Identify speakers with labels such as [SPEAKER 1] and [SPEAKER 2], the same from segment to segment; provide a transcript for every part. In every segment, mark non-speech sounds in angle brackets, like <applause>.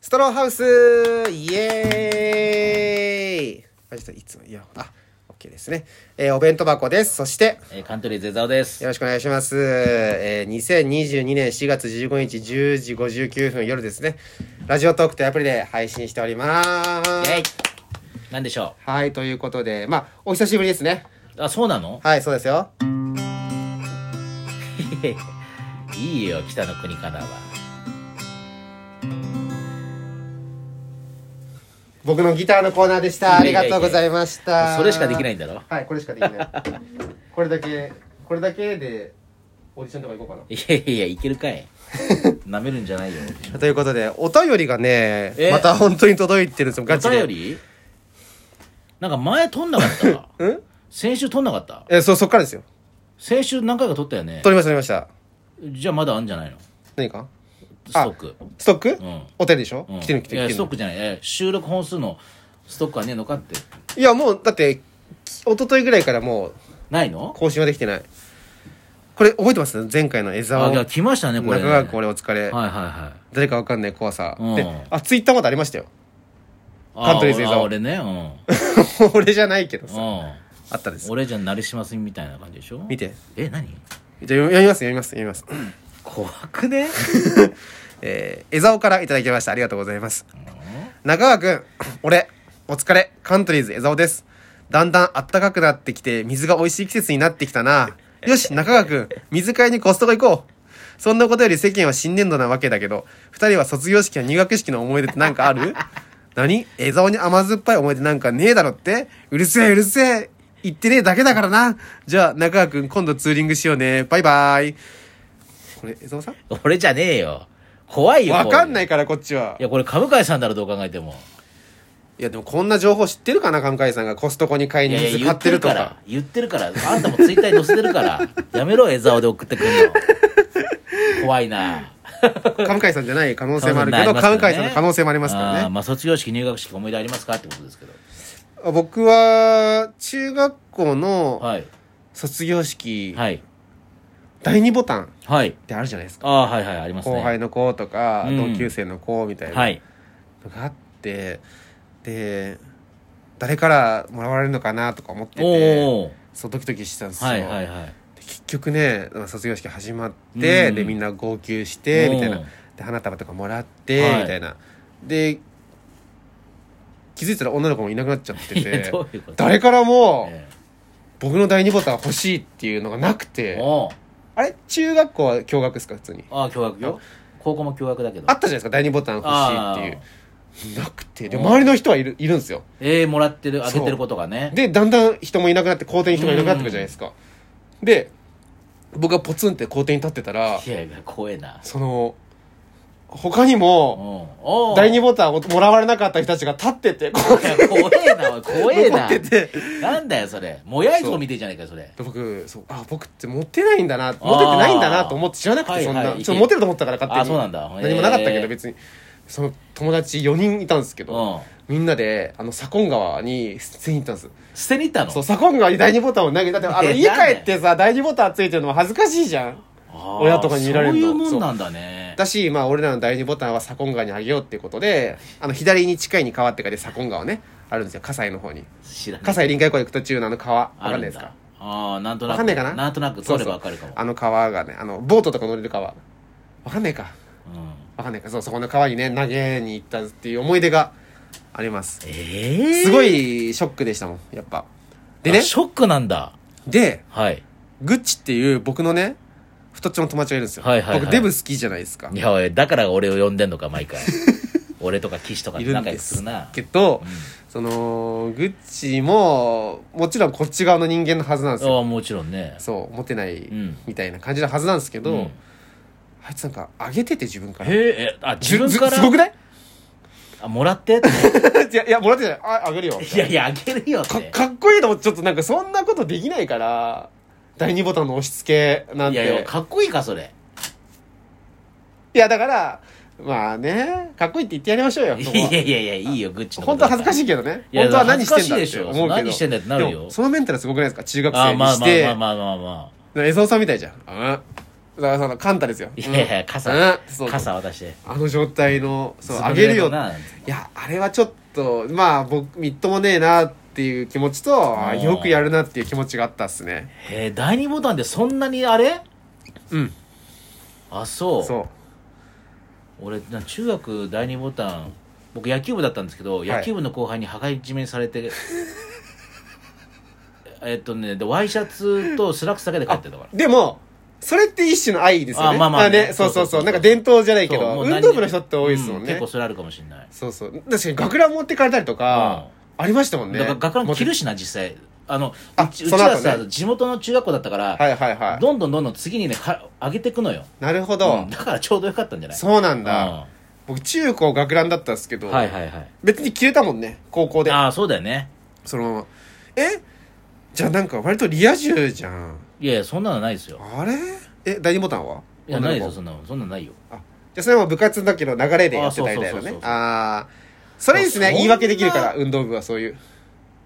[SPEAKER 1] ストローハウスイエーイあちょっといつもいやあ OK ですね、えーお弁当箱ですそして
[SPEAKER 2] えーカントリーゼザオです。
[SPEAKER 1] よろしくお願いします、えー、2022年4月15日10時59分夜ですねラジオトークというアプリで配信しております
[SPEAKER 2] イェイなんでしょ
[SPEAKER 1] はいということでまあお久しぶりですね
[SPEAKER 2] うあ、そうなの <laughs>
[SPEAKER 1] はいそうですよ
[SPEAKER 2] いいよ、北の国からは。
[SPEAKER 1] 僕のギターのコーナーでしたありがとうございました
[SPEAKER 2] それしかできないいんだろ
[SPEAKER 1] はいこれしかできないこれだけこれだけでオーディションとか行こうかな
[SPEAKER 2] ういやいやいや、いけ
[SPEAKER 1] <laughs>
[SPEAKER 2] るかい。なめるんじゃないよ。
[SPEAKER 1] ということで、お便りがね
[SPEAKER 2] え、
[SPEAKER 1] また本当に届いてるんですよ、ガチ
[SPEAKER 2] お
[SPEAKER 1] で。
[SPEAKER 2] 便りなんか前撮んな
[SPEAKER 1] <laughs>
[SPEAKER 2] かった
[SPEAKER 1] ん
[SPEAKER 2] 先週撮んなかった
[SPEAKER 1] え、そう、そっからですよ。
[SPEAKER 2] 先週何回か撮ったよね
[SPEAKER 1] 撮りました、撮りました。
[SPEAKER 2] じゃあまだあんじゃないの
[SPEAKER 1] 何か
[SPEAKER 2] ストック。
[SPEAKER 1] ストック、
[SPEAKER 2] ん
[SPEAKER 1] お便りでしょ、
[SPEAKER 2] うん
[SPEAKER 1] 来てる来て
[SPEAKER 2] いや
[SPEAKER 1] る来
[SPEAKER 2] ス
[SPEAKER 1] て
[SPEAKER 2] トッ
[SPEAKER 1] る。
[SPEAKER 2] クじゃない。えー収録本数のストックはねえのかって。
[SPEAKER 1] いや、もう、だって、一昨日ぐらいからもう、
[SPEAKER 2] ないの
[SPEAKER 1] 更新はできてない。これ、覚えてます前回の江沢
[SPEAKER 2] あ、
[SPEAKER 1] を。
[SPEAKER 2] いや、
[SPEAKER 1] 中
[SPEAKER 2] 来ましたね、これね。
[SPEAKER 1] 川これお疲れ。
[SPEAKER 2] はいはいはい。
[SPEAKER 1] 誰かわかんない怖さ。
[SPEAKER 2] うん
[SPEAKER 1] で、あ、ツイッターまでありましたよ。 <laughs> カントリーズ伊
[SPEAKER 2] あ
[SPEAKER 1] 沢
[SPEAKER 2] あ俺ね、うん。
[SPEAKER 1] 俺じゃないけどさ。
[SPEAKER 2] う
[SPEAKER 1] あったです
[SPEAKER 2] ん、。俺じゃなりしますみたいな感じでしょ
[SPEAKER 1] 見て。
[SPEAKER 2] え何
[SPEAKER 1] じゃあ読みます、読みます、読みます。
[SPEAKER 2] 怖くね
[SPEAKER 1] えー、江沢からいただきました。ありがとうございます。中川くん、 <clears throat> 俺、お疲れ、カントリーズ江沢です。だんだん暖かくなってきて、水が美味しい季節になってきたな。よし、中川くん、水買いにコストコ行こう。そんなことより世間は新年度なわけだけど、二人は卒業式や入学式の思い出ってなんかあ
[SPEAKER 2] <laughs>
[SPEAKER 1] る何江沢に甘酸っぱい思い出なんかねえだろってうるせえうるせえ言ってねえだけだからな。じゃあ、中川くん、今度ツーリングしようね。バイバイ。これ、江沢さん
[SPEAKER 2] 俺じゃねえよ怖いよ
[SPEAKER 1] わかんないいから、こっちは。
[SPEAKER 2] いやこれ株会さんだろどう考えても
[SPEAKER 1] いやでもこんな情報知ってるかな上海さんがコストコに買い
[SPEAKER 2] い
[SPEAKER 1] に
[SPEAKER 2] やいや
[SPEAKER 1] 水
[SPEAKER 2] 言
[SPEAKER 1] 買
[SPEAKER 2] っ
[SPEAKER 1] って
[SPEAKER 2] て
[SPEAKER 1] る
[SPEAKER 2] る
[SPEAKER 1] とか
[SPEAKER 2] から言ってるからあんたもツイッターに載せてるから
[SPEAKER 1] <laughs>
[SPEAKER 2] やめろ江沢で送ってくるの怖いな
[SPEAKER 1] 上海さんじゃない可能性もあるけ
[SPEAKER 2] 可
[SPEAKER 1] ど
[SPEAKER 2] 能性もあります
[SPEAKER 1] 上海
[SPEAKER 2] からね
[SPEAKER 1] さんの可能性もありますから
[SPEAKER 2] あー
[SPEAKER 1] ね
[SPEAKER 2] まあ卒業式入学式思い出ありますかってことですけど
[SPEAKER 1] 僕は中学校の
[SPEAKER 2] はい
[SPEAKER 1] 卒業式、
[SPEAKER 2] はい
[SPEAKER 1] 第2ボタンっ
[SPEAKER 2] はい
[SPEAKER 1] てあるじゃないですか
[SPEAKER 2] ああはいはいありますね
[SPEAKER 1] 後輩の子とか、
[SPEAKER 2] うん
[SPEAKER 1] 同級生の子みたいな
[SPEAKER 2] はい
[SPEAKER 1] のがあって、で誰からもらわれるのかなとか思って
[SPEAKER 2] お
[SPEAKER 1] て
[SPEAKER 2] お
[SPEAKER 1] そうドキドキしてたんですよ、
[SPEAKER 2] はいはいはい
[SPEAKER 1] で結局ね卒業式始まって、
[SPEAKER 2] うん
[SPEAKER 1] でみんな号泣してみたい
[SPEAKER 2] お
[SPEAKER 1] な
[SPEAKER 2] う
[SPEAKER 1] で花束とかもらって、
[SPEAKER 2] はい
[SPEAKER 1] みたいなで気づいたら女の子もいなくなっちゃって
[SPEAKER 2] <laughs> いや
[SPEAKER 1] て
[SPEAKER 2] どういうこと
[SPEAKER 1] 誰からも
[SPEAKER 2] え
[SPEAKER 1] 僕の第二ボタン欲しいっていうのがなく
[SPEAKER 2] え
[SPEAKER 1] て
[SPEAKER 2] おー
[SPEAKER 1] あれ中学校は共学ですか普通に
[SPEAKER 2] ああ驚愕よ高校も驚愕だけど
[SPEAKER 1] あったじゃないですか第二ボタン欲
[SPEAKER 2] あ
[SPEAKER 1] しい
[SPEAKER 2] ー
[SPEAKER 1] っていうなくてで周りの人はいるいるんですよ
[SPEAKER 2] ええもらってる
[SPEAKER 1] そう
[SPEAKER 2] あげてることがね
[SPEAKER 1] でだんだん人もいなくなって校庭に人がいなくなってくるじゃないですかで僕がポツンって校庭に立ってたら
[SPEAKER 2] いやいや怖えな
[SPEAKER 1] その他に
[SPEAKER 2] うん
[SPEAKER 1] も
[SPEAKER 2] おう
[SPEAKER 1] 第二ボタンをもらわれなかった人たちが立っててこう
[SPEAKER 2] いや怖えなおい怖え
[SPEAKER 1] 残
[SPEAKER 2] な
[SPEAKER 1] ってて
[SPEAKER 2] なんだよそれもやいぞ見てんじゃないかよそれ
[SPEAKER 1] で僕そうあ僕って持ってないんだな持ててないんだなと思って知らなく
[SPEAKER 2] は
[SPEAKER 1] て
[SPEAKER 2] い
[SPEAKER 1] そんな、
[SPEAKER 2] はい
[SPEAKER 1] ちょっと持てると思ったから勝手に
[SPEAKER 2] あそうなんだ
[SPEAKER 1] 何もなかったけ
[SPEAKER 2] へ
[SPEAKER 1] ど
[SPEAKER 2] ー
[SPEAKER 1] 別にその友達4人いたんですけ
[SPEAKER 2] う
[SPEAKER 1] ど、
[SPEAKER 2] ん
[SPEAKER 1] みんなであの左近川に全員行ったんです
[SPEAKER 2] 捨てに行ったの
[SPEAKER 1] そう左近川に第二ボタンを投げたってあの
[SPEAKER 2] え
[SPEAKER 1] 家
[SPEAKER 2] なんで
[SPEAKER 1] 帰ってさ第二ボタンついてるのは恥ずかしいじゃん
[SPEAKER 2] あー
[SPEAKER 1] 親とかに見られるの
[SPEAKER 2] そういうもんなんだね
[SPEAKER 1] だし、まあ、俺らの第二ボタンは左近川にあげようっていうことであの左に近いに川って書いて左近川ねあるんですよ葛西の方に
[SPEAKER 2] 知らない
[SPEAKER 1] 葛西臨海湖行く途中のあの川わ
[SPEAKER 2] あ
[SPEAKER 1] かんな
[SPEAKER 2] る
[SPEAKER 1] い
[SPEAKER 2] んだ
[SPEAKER 1] ですか
[SPEAKER 2] ああなんとな
[SPEAKER 1] わ
[SPEAKER 2] く
[SPEAKER 1] かんないかなん
[SPEAKER 2] となく取ればわかるかも
[SPEAKER 1] あの川がねあのボートとか乗れる川わかんないか
[SPEAKER 2] うん
[SPEAKER 1] わかんないかそうそこの川にね投げに行ったっていう思い出があります
[SPEAKER 2] ええ
[SPEAKER 1] すごいショックでしたもんやっぱでね
[SPEAKER 2] あショックなんだ
[SPEAKER 1] で
[SPEAKER 2] はい
[SPEAKER 1] グッチっていう僕のね太っちょの友達がいるんですよ、
[SPEAKER 2] はいはいはい
[SPEAKER 1] 僕デブ好きじゃないですか
[SPEAKER 2] いやおいだから俺を呼んでんのか
[SPEAKER 1] <laughs>
[SPEAKER 2] 毎回俺とか岸とか
[SPEAKER 1] い
[SPEAKER 2] と
[SPEAKER 1] るん
[SPEAKER 2] 仲良
[SPEAKER 1] で
[SPEAKER 2] くす
[SPEAKER 1] す
[SPEAKER 2] るな
[SPEAKER 1] けど、
[SPEAKER 2] うん
[SPEAKER 1] そのグッチももちろんこっち側の人間のはずなんですよ
[SPEAKER 2] ああもちろんね
[SPEAKER 1] そう持ってない
[SPEAKER 2] ん
[SPEAKER 1] みたいな感じのはずなんですけど、
[SPEAKER 2] うん
[SPEAKER 1] あいつなんかあげてて自分から
[SPEAKER 2] へええあ自分
[SPEAKER 1] ず
[SPEAKER 2] から
[SPEAKER 1] すごくない <laughs>
[SPEAKER 2] あもらってって
[SPEAKER 1] いやいやもらって <laughs> ないああげるよ
[SPEAKER 2] いやいやあげるよっ
[SPEAKER 1] か
[SPEAKER 2] て
[SPEAKER 1] かっこいいと思ってちょっとなんかそんなことできないから第二ボタンの押し付けなん
[SPEAKER 2] い
[SPEAKER 1] てい
[SPEAKER 2] や
[SPEAKER 1] や
[SPEAKER 2] いやかっこいいかそれ
[SPEAKER 1] だからまあねかっこいいって言ってやりましょうよ
[SPEAKER 2] い
[SPEAKER 1] そ
[SPEAKER 2] や
[SPEAKER 1] こはい
[SPEAKER 2] やいやいいよグッチの
[SPEAKER 1] 本当は恥ずかし
[SPEAKER 2] い
[SPEAKER 1] いけどね
[SPEAKER 2] いや
[SPEAKER 1] 本当は何してんだって
[SPEAKER 2] 恥ずかしいでしょ
[SPEAKER 1] 思うけど
[SPEAKER 2] 何してんだってなるよ
[SPEAKER 1] でもそのメンタルすごくないですか中学
[SPEAKER 2] あ
[SPEAKER 1] 生
[SPEAKER 2] ー
[SPEAKER 1] に
[SPEAKER 2] まあ
[SPEAKER 1] し
[SPEAKER 2] まあ
[SPEAKER 1] て
[SPEAKER 2] まあまあまあまあまあ
[SPEAKER 1] 江澤さんみたいじゃんあだからそのカンタですよ
[SPEAKER 2] いやいや傘、
[SPEAKER 1] うんそう
[SPEAKER 2] 傘渡して
[SPEAKER 1] あの状態のそう上
[SPEAKER 2] 潰れ
[SPEAKER 1] げるよ
[SPEAKER 2] とない
[SPEAKER 1] やあれはちょっとまあ僕みっともねえなっていう気持ちと
[SPEAKER 2] ー
[SPEAKER 1] よくやるなっていう気持ちがあったっすね
[SPEAKER 2] へえ第二ボタンでそんなにあれ
[SPEAKER 1] うん
[SPEAKER 2] あそう
[SPEAKER 1] そ
[SPEAKER 2] 俺な中学第二ボタン僕野球部だったんですけど、
[SPEAKER 1] い
[SPEAKER 2] 野球部の後輩に羽交い締めにされて <laughs> えっとねでワイシャツとスラックスだけで帰ってたから
[SPEAKER 1] うでもそれって一種の愛ですよね
[SPEAKER 2] あまあまあね
[SPEAKER 1] そうそうそう
[SPEAKER 2] そうそうそう
[SPEAKER 1] なんか伝統じゃないけ
[SPEAKER 2] そうも
[SPEAKER 1] ど
[SPEAKER 2] う何
[SPEAKER 1] 運動部の人って多いですもん
[SPEAKER 2] う
[SPEAKER 1] ね、
[SPEAKER 2] 結構それあるかもしれない
[SPEAKER 1] そうそう確かに学ラン持ってかれたりとか、ありましたもんね
[SPEAKER 2] だから学ラン着る
[SPEAKER 1] し
[SPEAKER 2] しな実際あの
[SPEAKER 1] あ
[SPEAKER 2] うちうち
[SPEAKER 1] その後
[SPEAKER 2] はさ、
[SPEAKER 1] ね
[SPEAKER 2] 地元の中学校だったから、
[SPEAKER 1] はいはいはい
[SPEAKER 2] どんどんどんどん次にねか上げてくのよ、
[SPEAKER 1] なるほど、
[SPEAKER 2] うんだからちょうどよかったんじゃない
[SPEAKER 1] そうなん
[SPEAKER 2] う
[SPEAKER 1] だ、僕中高学ランだったんですけど、
[SPEAKER 2] んはいはいはい
[SPEAKER 1] 別に着れたもんね高校で
[SPEAKER 2] ああそうだよね
[SPEAKER 1] そのままえじゃあなんか割とリア充じゃん
[SPEAKER 2] いやいやそんなのないですよ
[SPEAKER 1] あれえ第二ボタンはい
[SPEAKER 2] やないです
[SPEAKER 1] 女の
[SPEAKER 2] よ
[SPEAKER 1] 子
[SPEAKER 2] そんなのそんなのないよ
[SPEAKER 1] あじゃあそれは部活だけど流れでやってたみたいな
[SPEAKER 2] あそうそうそう
[SPEAKER 1] ね
[SPEAKER 2] そう
[SPEAKER 1] ああそれいいですね
[SPEAKER 2] そんな
[SPEAKER 1] 言い訳できるから運動部はそういう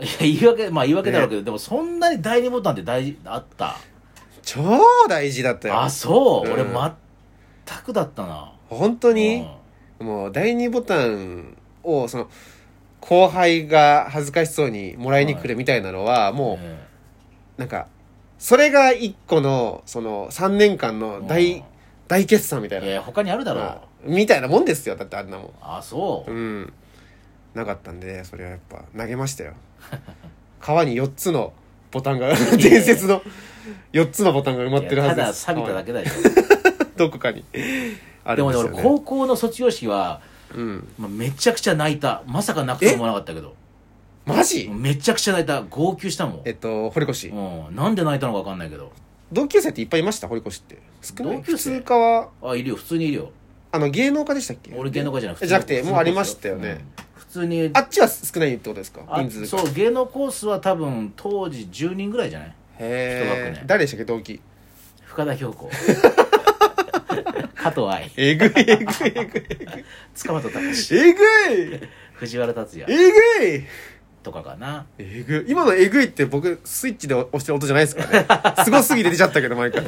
[SPEAKER 2] いや言い訳まあ言い訳だろうけど、でもそんなに第二ボタンって大事あった
[SPEAKER 1] 超大事だったよ
[SPEAKER 2] あそう、
[SPEAKER 1] うん
[SPEAKER 2] 俺全くだったな
[SPEAKER 1] 本当
[SPEAKER 2] うん
[SPEAKER 1] にもう第二ボタンをその後輩が恥ずかしそうにもらいに来るみたいなのはも
[SPEAKER 2] うん
[SPEAKER 1] うなんかそれが一個のその3年間の
[SPEAKER 2] うん
[SPEAKER 1] 大大決算みたい
[SPEAKER 2] いやい
[SPEAKER 1] な
[SPEAKER 2] や他にあるだろう、
[SPEAKER 1] みたいなもんですよだってあんなもん
[SPEAKER 2] あそう、
[SPEAKER 1] うんなかったんでそれはやっぱ投げましたよ <laughs> 川に4つのボタンが伝説の4つのボタンが埋まってる
[SPEAKER 2] い
[SPEAKER 1] は
[SPEAKER 2] や
[SPEAKER 1] ず
[SPEAKER 2] た
[SPEAKER 1] です
[SPEAKER 2] だ錆びただけだよ、
[SPEAKER 1] <laughs> どこかにあ
[SPEAKER 2] で
[SPEAKER 1] るん
[SPEAKER 2] も
[SPEAKER 1] で
[SPEAKER 2] ね
[SPEAKER 1] すよ、
[SPEAKER 2] 俺
[SPEAKER 1] ね、
[SPEAKER 2] 高校の卒業式は、
[SPEAKER 1] うん
[SPEAKER 2] まあ、めちゃくちゃ泣いたまさか泣くと思わなかったけど
[SPEAKER 1] マジ
[SPEAKER 2] めちゃくちゃ泣いた号泣したもん
[SPEAKER 1] えっと堀越
[SPEAKER 2] うん、なんで泣いたのか分かんないけど
[SPEAKER 1] 同級生っていっぱいいました堀越って少ない
[SPEAKER 2] 同級
[SPEAKER 1] 普
[SPEAKER 2] 生
[SPEAKER 1] 通科は
[SPEAKER 2] あいるよ普通にいるよ
[SPEAKER 1] あの芸能科でしたっけ
[SPEAKER 2] 俺芸能界じゃなく
[SPEAKER 1] えじゃなくてもうありましたよね、
[SPEAKER 2] 普通に
[SPEAKER 1] あっちは少ないってことですか
[SPEAKER 2] あ
[SPEAKER 1] 人数が
[SPEAKER 2] そう芸能コースは多分当時10人ぐらいじゃない一
[SPEAKER 1] へ
[SPEAKER 2] 学
[SPEAKER 1] え
[SPEAKER 2] 年
[SPEAKER 1] 誰でしたっけ同期
[SPEAKER 2] 深田恭子加藤愛
[SPEAKER 1] えぐいえぐいえぐい
[SPEAKER 2] 塚本隆
[SPEAKER 1] えぐい
[SPEAKER 2] 藤原竜也
[SPEAKER 1] えぐい
[SPEAKER 2] <laughs> とかかな
[SPEAKER 1] えぐい今のえぐいって僕スイッチで押してる音じゃないですから
[SPEAKER 2] <laughs>
[SPEAKER 1] ねすごすぎて出ちゃったけど毎回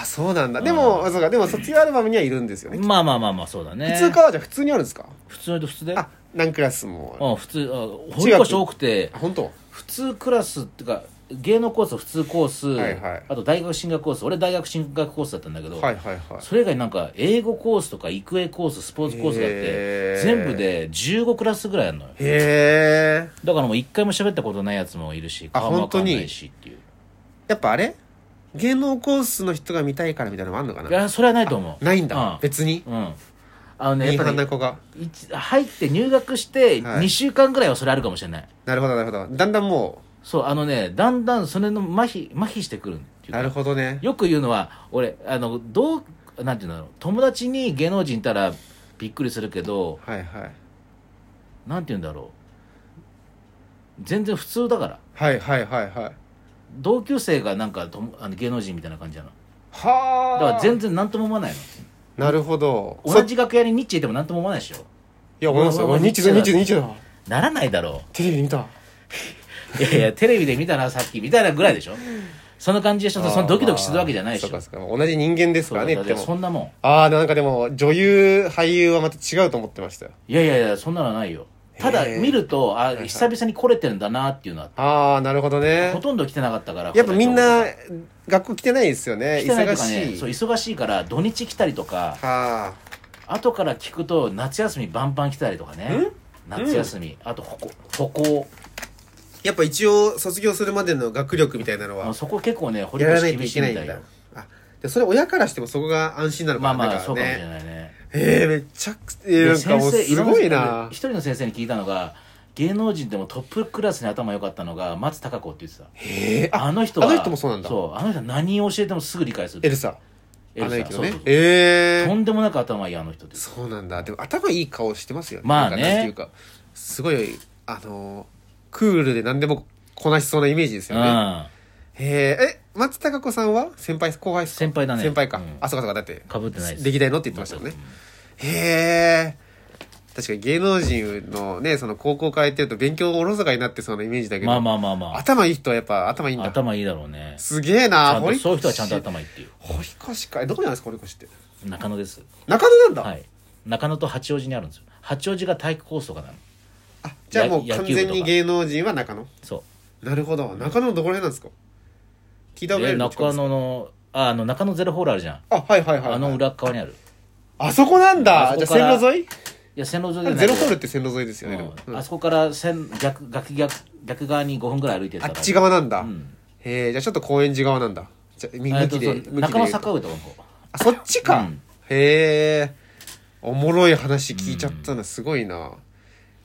[SPEAKER 1] あそうなんだでもそうかでも卒業アルバムにはいるんですよね
[SPEAKER 2] まあまあまあまあそうだね
[SPEAKER 1] 普通科はじゃあ普通にあるんですか
[SPEAKER 2] 普通と普通で
[SPEAKER 1] あ何クラスも
[SPEAKER 2] うん普通あ保育士多くて
[SPEAKER 1] あ本当
[SPEAKER 2] 普通クラスっていうか芸能コース普通コース、
[SPEAKER 1] はいはい
[SPEAKER 2] あと大学進学コース俺大学進学コースだったんだけど、
[SPEAKER 1] はいはいはい
[SPEAKER 2] それ以外になんか英語コースとか育英コーススポーツコースがあって
[SPEAKER 1] へー
[SPEAKER 2] 全部で15クラスぐらいあるのよ
[SPEAKER 1] へえ
[SPEAKER 2] だからもう一回も喋ったことないやつもいるし
[SPEAKER 1] あ
[SPEAKER 2] 顔もわかん
[SPEAKER 1] 本当に
[SPEAKER 2] ないしっていう
[SPEAKER 1] やっぱあれ芸能コースの人が見たいからみたいなのもあんのか
[SPEAKER 2] い
[SPEAKER 1] な
[SPEAKER 2] やそれはないと思う
[SPEAKER 1] ないん
[SPEAKER 2] うん
[SPEAKER 1] だ別に
[SPEAKER 2] うんあのね
[SPEAKER 1] ミー
[SPEAKER 2] やっ
[SPEAKER 1] ハ
[SPEAKER 2] ぱ
[SPEAKER 1] ンな
[SPEAKER 2] り
[SPEAKER 1] 子が
[SPEAKER 2] 一入って入学して
[SPEAKER 1] はい
[SPEAKER 2] 2週間ぐらいはそれあるかもしれない、
[SPEAKER 1] なるほどなるほどだんだんも
[SPEAKER 2] そうあのねだんだんそれの麻痺麻痺してくるっていううか
[SPEAKER 1] なるほどね
[SPEAKER 2] よく言うのは俺あのどうなんていうんだろう友達に芸能人いたらびっくりするけど
[SPEAKER 1] はいはい
[SPEAKER 2] なんて言うんだろう全然普通だから
[SPEAKER 1] はいはいはいはい
[SPEAKER 2] 同級生がなんかともあの芸能人みたいな感じなの
[SPEAKER 1] は
[SPEAKER 2] だ
[SPEAKER 1] あ
[SPEAKER 2] から全然何とも思わない
[SPEAKER 1] なるほど
[SPEAKER 2] の同じ楽屋にニッチいても何とも思わないでしょ
[SPEAKER 1] いや、思います
[SPEAKER 2] う
[SPEAKER 1] よ。
[SPEAKER 2] わうわ
[SPEAKER 1] 俺日だ、日だ、
[SPEAKER 2] 日中だ
[SPEAKER 1] 日だわ。
[SPEAKER 2] ならないだろ
[SPEAKER 1] テレビで見た。
[SPEAKER 2] ういやいやテレビで見たなさっきみたいなぐらいでしょその感じでしょそのドキドキしてるわけじゃないでし
[SPEAKER 1] そう
[SPEAKER 2] ょ
[SPEAKER 1] かそうか同じ人間です
[SPEAKER 2] そ
[SPEAKER 1] か
[SPEAKER 2] う
[SPEAKER 1] らね、
[SPEAKER 2] だから
[SPEAKER 1] 言って
[SPEAKER 2] そ
[SPEAKER 1] も。
[SPEAKER 2] んなもん
[SPEAKER 1] ああ、なんかでも、女優、俳優はまた違うと思ってましたよ。
[SPEAKER 2] いやいやいやそんなのはないよただ
[SPEAKER 1] へえ
[SPEAKER 2] 見るとあ久々に来れてるんだなっていうのは
[SPEAKER 1] ああ、なるほどね
[SPEAKER 2] ほ。とんど来てなかったから
[SPEAKER 1] やっぱみんな
[SPEAKER 2] 来、
[SPEAKER 1] 学校来てないですよね。
[SPEAKER 2] てない
[SPEAKER 1] 忙
[SPEAKER 2] とかねそう
[SPEAKER 1] しい。
[SPEAKER 2] 忙しいから土日来たりとか
[SPEAKER 1] はあ。
[SPEAKER 2] 後から聞くと夏休みバンバン来たりとかね夏休み、あと歩行歩行
[SPEAKER 1] やっぱ一応、卒業するまでの学力みたいなの
[SPEAKER 2] まあ
[SPEAKER 1] は、
[SPEAKER 2] そこ結構ね堀
[SPEAKER 1] やら
[SPEAKER 2] 越
[SPEAKER 1] ないと
[SPEAKER 2] 厳
[SPEAKER 1] い
[SPEAKER 2] しい
[SPEAKER 1] け
[SPEAKER 2] み
[SPEAKER 1] な
[SPEAKER 2] た
[SPEAKER 1] い
[SPEAKER 2] い
[SPEAKER 1] ん
[SPEAKER 2] よ
[SPEAKER 1] だ。あ、でそれ親からしてもそこが安心なの
[SPEAKER 2] ま
[SPEAKER 1] か
[SPEAKER 2] あ
[SPEAKER 1] な
[SPEAKER 2] ま
[SPEAKER 1] だ
[SPEAKER 2] あ
[SPEAKER 1] から
[SPEAKER 2] そうかもしれ
[SPEAKER 1] ね。
[SPEAKER 2] ないね
[SPEAKER 1] えー、めちゃくちゃ、えー
[SPEAKER 2] で
[SPEAKER 1] なんかもうすごい
[SPEAKER 2] ろん
[SPEAKER 1] な
[SPEAKER 2] 一。人の先生に聞いたのが芸能人でもトップクラスに頭良かったのが松たか子って言ってた
[SPEAKER 1] えー、あ、
[SPEAKER 2] あの人は
[SPEAKER 1] あの人もそうなんだ
[SPEAKER 2] そうあの人は何を教えてもすぐ理解する
[SPEAKER 1] エルサ。
[SPEAKER 2] エル
[SPEAKER 1] あ
[SPEAKER 2] サ
[SPEAKER 1] の駅の
[SPEAKER 2] そう
[SPEAKER 1] ね
[SPEAKER 2] そう。そう
[SPEAKER 1] ええー。
[SPEAKER 2] とんでもなく頭いいあの人って
[SPEAKER 1] そうなんだでも頭いい顔してますよね
[SPEAKER 2] まあね
[SPEAKER 1] なんかなんていうかすごいあのークールで何でもこなしそうなイメージです
[SPEAKER 2] う
[SPEAKER 1] よね
[SPEAKER 2] ん
[SPEAKER 1] へーえ松たか子さんは先輩後輩っすか
[SPEAKER 2] 先輩だね
[SPEAKER 1] 先輩か、
[SPEAKER 2] うん
[SPEAKER 1] あそうかそうかだって
[SPEAKER 2] 被ってないです
[SPEAKER 1] 歴代のって言ってましたもんねへえ確かに芸能人のね、その高校から行ってると勉強おろそかになってそうなイメージだけど、
[SPEAKER 2] まあまあまあまあ。
[SPEAKER 1] 頭いい人はやっぱ頭いいんだ。
[SPEAKER 2] 頭いいだろうね。ち
[SPEAKER 1] すげえな
[SPEAKER 2] ゃんと
[SPEAKER 1] 堀越
[SPEAKER 2] そういう人はちゃんと頭いいっていう。
[SPEAKER 1] 堀越か。えどこにあるんですか、堀越って。
[SPEAKER 2] 中野です。
[SPEAKER 1] 中野なんだ。
[SPEAKER 2] はい。中野と八王子にあるんですよ。八王子が体育コースとかなの。
[SPEAKER 1] あ、じゃあもう
[SPEAKER 2] や
[SPEAKER 1] 完
[SPEAKER 2] 野球部と
[SPEAKER 1] 全
[SPEAKER 2] か
[SPEAKER 1] に芸能人は中野。
[SPEAKER 2] そ。
[SPEAKER 1] なるほど。中野どこら辺なんですか聞いうたことない
[SPEAKER 2] で、中野の、ああの、中野ゼロホールあるじゃん。
[SPEAKER 1] あ、はいはいはいはい。
[SPEAKER 2] あの裏っ側にある。
[SPEAKER 1] あそこなんだ
[SPEAKER 2] あ
[SPEAKER 1] じゃ
[SPEAKER 2] そ
[SPEAKER 1] あ
[SPEAKER 2] こか
[SPEAKER 1] 線
[SPEAKER 2] ら
[SPEAKER 1] 路沿い
[SPEAKER 2] いや、線路上
[SPEAKER 1] あ
[SPEAKER 2] で
[SPEAKER 1] れゼロホールって線路沿いですよね、でも
[SPEAKER 2] うんあそこから線逆逆逆逆側に5分ぐらい歩いて
[SPEAKER 1] あ
[SPEAKER 2] た
[SPEAKER 1] っ
[SPEAKER 2] ら
[SPEAKER 1] ち側なんだ、
[SPEAKER 2] うん
[SPEAKER 1] へえじゃあちょっと高円寺側なんだじゃあみ
[SPEAKER 2] え
[SPEAKER 1] 向
[SPEAKER 2] っと
[SPEAKER 1] きで
[SPEAKER 2] そう
[SPEAKER 1] 向きで
[SPEAKER 2] 中野坂上とかの方
[SPEAKER 1] あそっちか、
[SPEAKER 2] うん
[SPEAKER 1] へえおもろい話聞いちゃったなすごいな、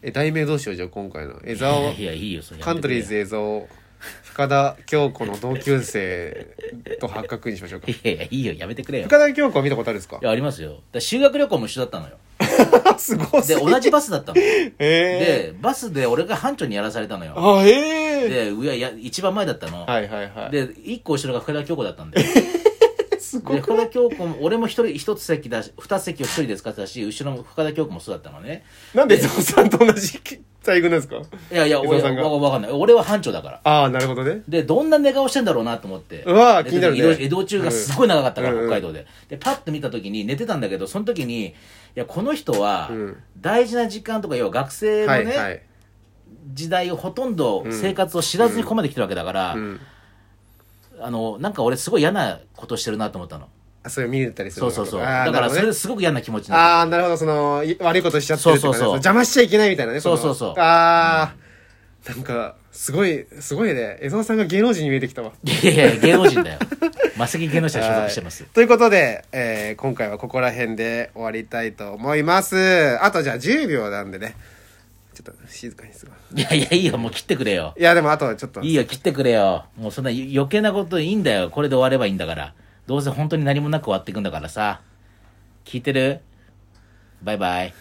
[SPEAKER 1] え題名どうしようじゃあ今回の江
[SPEAKER 2] いや
[SPEAKER 1] 沢
[SPEAKER 2] いやいいよそれや
[SPEAKER 1] カ
[SPEAKER 2] め
[SPEAKER 1] ン
[SPEAKER 2] て
[SPEAKER 1] ト
[SPEAKER 2] くれ
[SPEAKER 1] リーズ江沢深田恭子の同級生と発覚にしましょうか
[SPEAKER 2] いやいやいいよやめてくれよ
[SPEAKER 1] 深田恭子は見たことあるんですか
[SPEAKER 2] いやありますよだから修学旅行も一緒だったのよ
[SPEAKER 1] <laughs> すごい
[SPEAKER 2] で同じバスだったの
[SPEAKER 1] へえ
[SPEAKER 2] でバスで俺が班長にやらされたのよ
[SPEAKER 1] あへえ
[SPEAKER 2] で上はや一番前だったの、
[SPEAKER 1] はいはいはい
[SPEAKER 2] で一個後ろが深田恭子だったんで
[SPEAKER 1] <laughs> すご
[SPEAKER 2] で
[SPEAKER 1] い
[SPEAKER 2] 深田恭子も俺も一人一つ席だし二つ席を一人で使ってたし後ろの深田恭子もそうだったのね
[SPEAKER 1] なんで伊沢さんと同じ待遇なんですか
[SPEAKER 2] いやいや
[SPEAKER 1] 江
[SPEAKER 2] 俺
[SPEAKER 1] 沢さんが
[SPEAKER 2] わわかんない俺は班長だから
[SPEAKER 1] ああ、なるほどね。
[SPEAKER 2] で、どんな寝顔してんだろうなと思って。
[SPEAKER 1] うわー
[SPEAKER 2] で
[SPEAKER 1] 気になるね
[SPEAKER 2] 移動移動中がすごい長かったから、
[SPEAKER 1] うん
[SPEAKER 2] 北海道で。で、パッと見た時に、寝てたんだけど、その時に、いや、この人は
[SPEAKER 1] うん、
[SPEAKER 2] 大事な時間とか、要は学生の
[SPEAKER 1] はい
[SPEAKER 2] ね、
[SPEAKER 1] はい。
[SPEAKER 2] 時代をほとんど生活を知らずにここまで来てるわけだから、
[SPEAKER 1] うん。
[SPEAKER 2] あの、なんか俺すごい嫌なことしてるなと思ったの。
[SPEAKER 1] あ、それ見れたりする
[SPEAKER 2] そうそうそう。
[SPEAKER 1] あー
[SPEAKER 2] だ
[SPEAKER 1] な
[SPEAKER 2] からそれ
[SPEAKER 1] るほど
[SPEAKER 2] で
[SPEAKER 1] ね
[SPEAKER 2] すごく嫌な気持ちになった。
[SPEAKER 1] あー、なるほど、その、い悪いことしちゃってるとか
[SPEAKER 2] そ
[SPEAKER 1] ね
[SPEAKER 2] うそうそう
[SPEAKER 1] その邪魔しちゃいけないみたいなね。の
[SPEAKER 2] そうそうそう
[SPEAKER 1] あー、なんか、すごい、すごいね。江澤さんが芸能人に見えてきたわ。
[SPEAKER 2] いやいや、芸能人だよ。マセキ芸能者に所属し
[SPEAKER 1] <laughs>
[SPEAKER 2] てます
[SPEAKER 1] はい。ということで、えー今回はここら辺で終わりたいと思います。あとじゃあ10秒なんでね。ちょっと静かにするわ
[SPEAKER 2] いやいや、いいよ、もう切ってくれよ。
[SPEAKER 1] いや、でもあとちょっと。
[SPEAKER 2] いいよ、切ってくれよ。もうそんな余余計なこといいんだよ。これで終わればいいんだから。どうせ本当に何もなく終わっていくんだからさ。聞いてるバイバイ。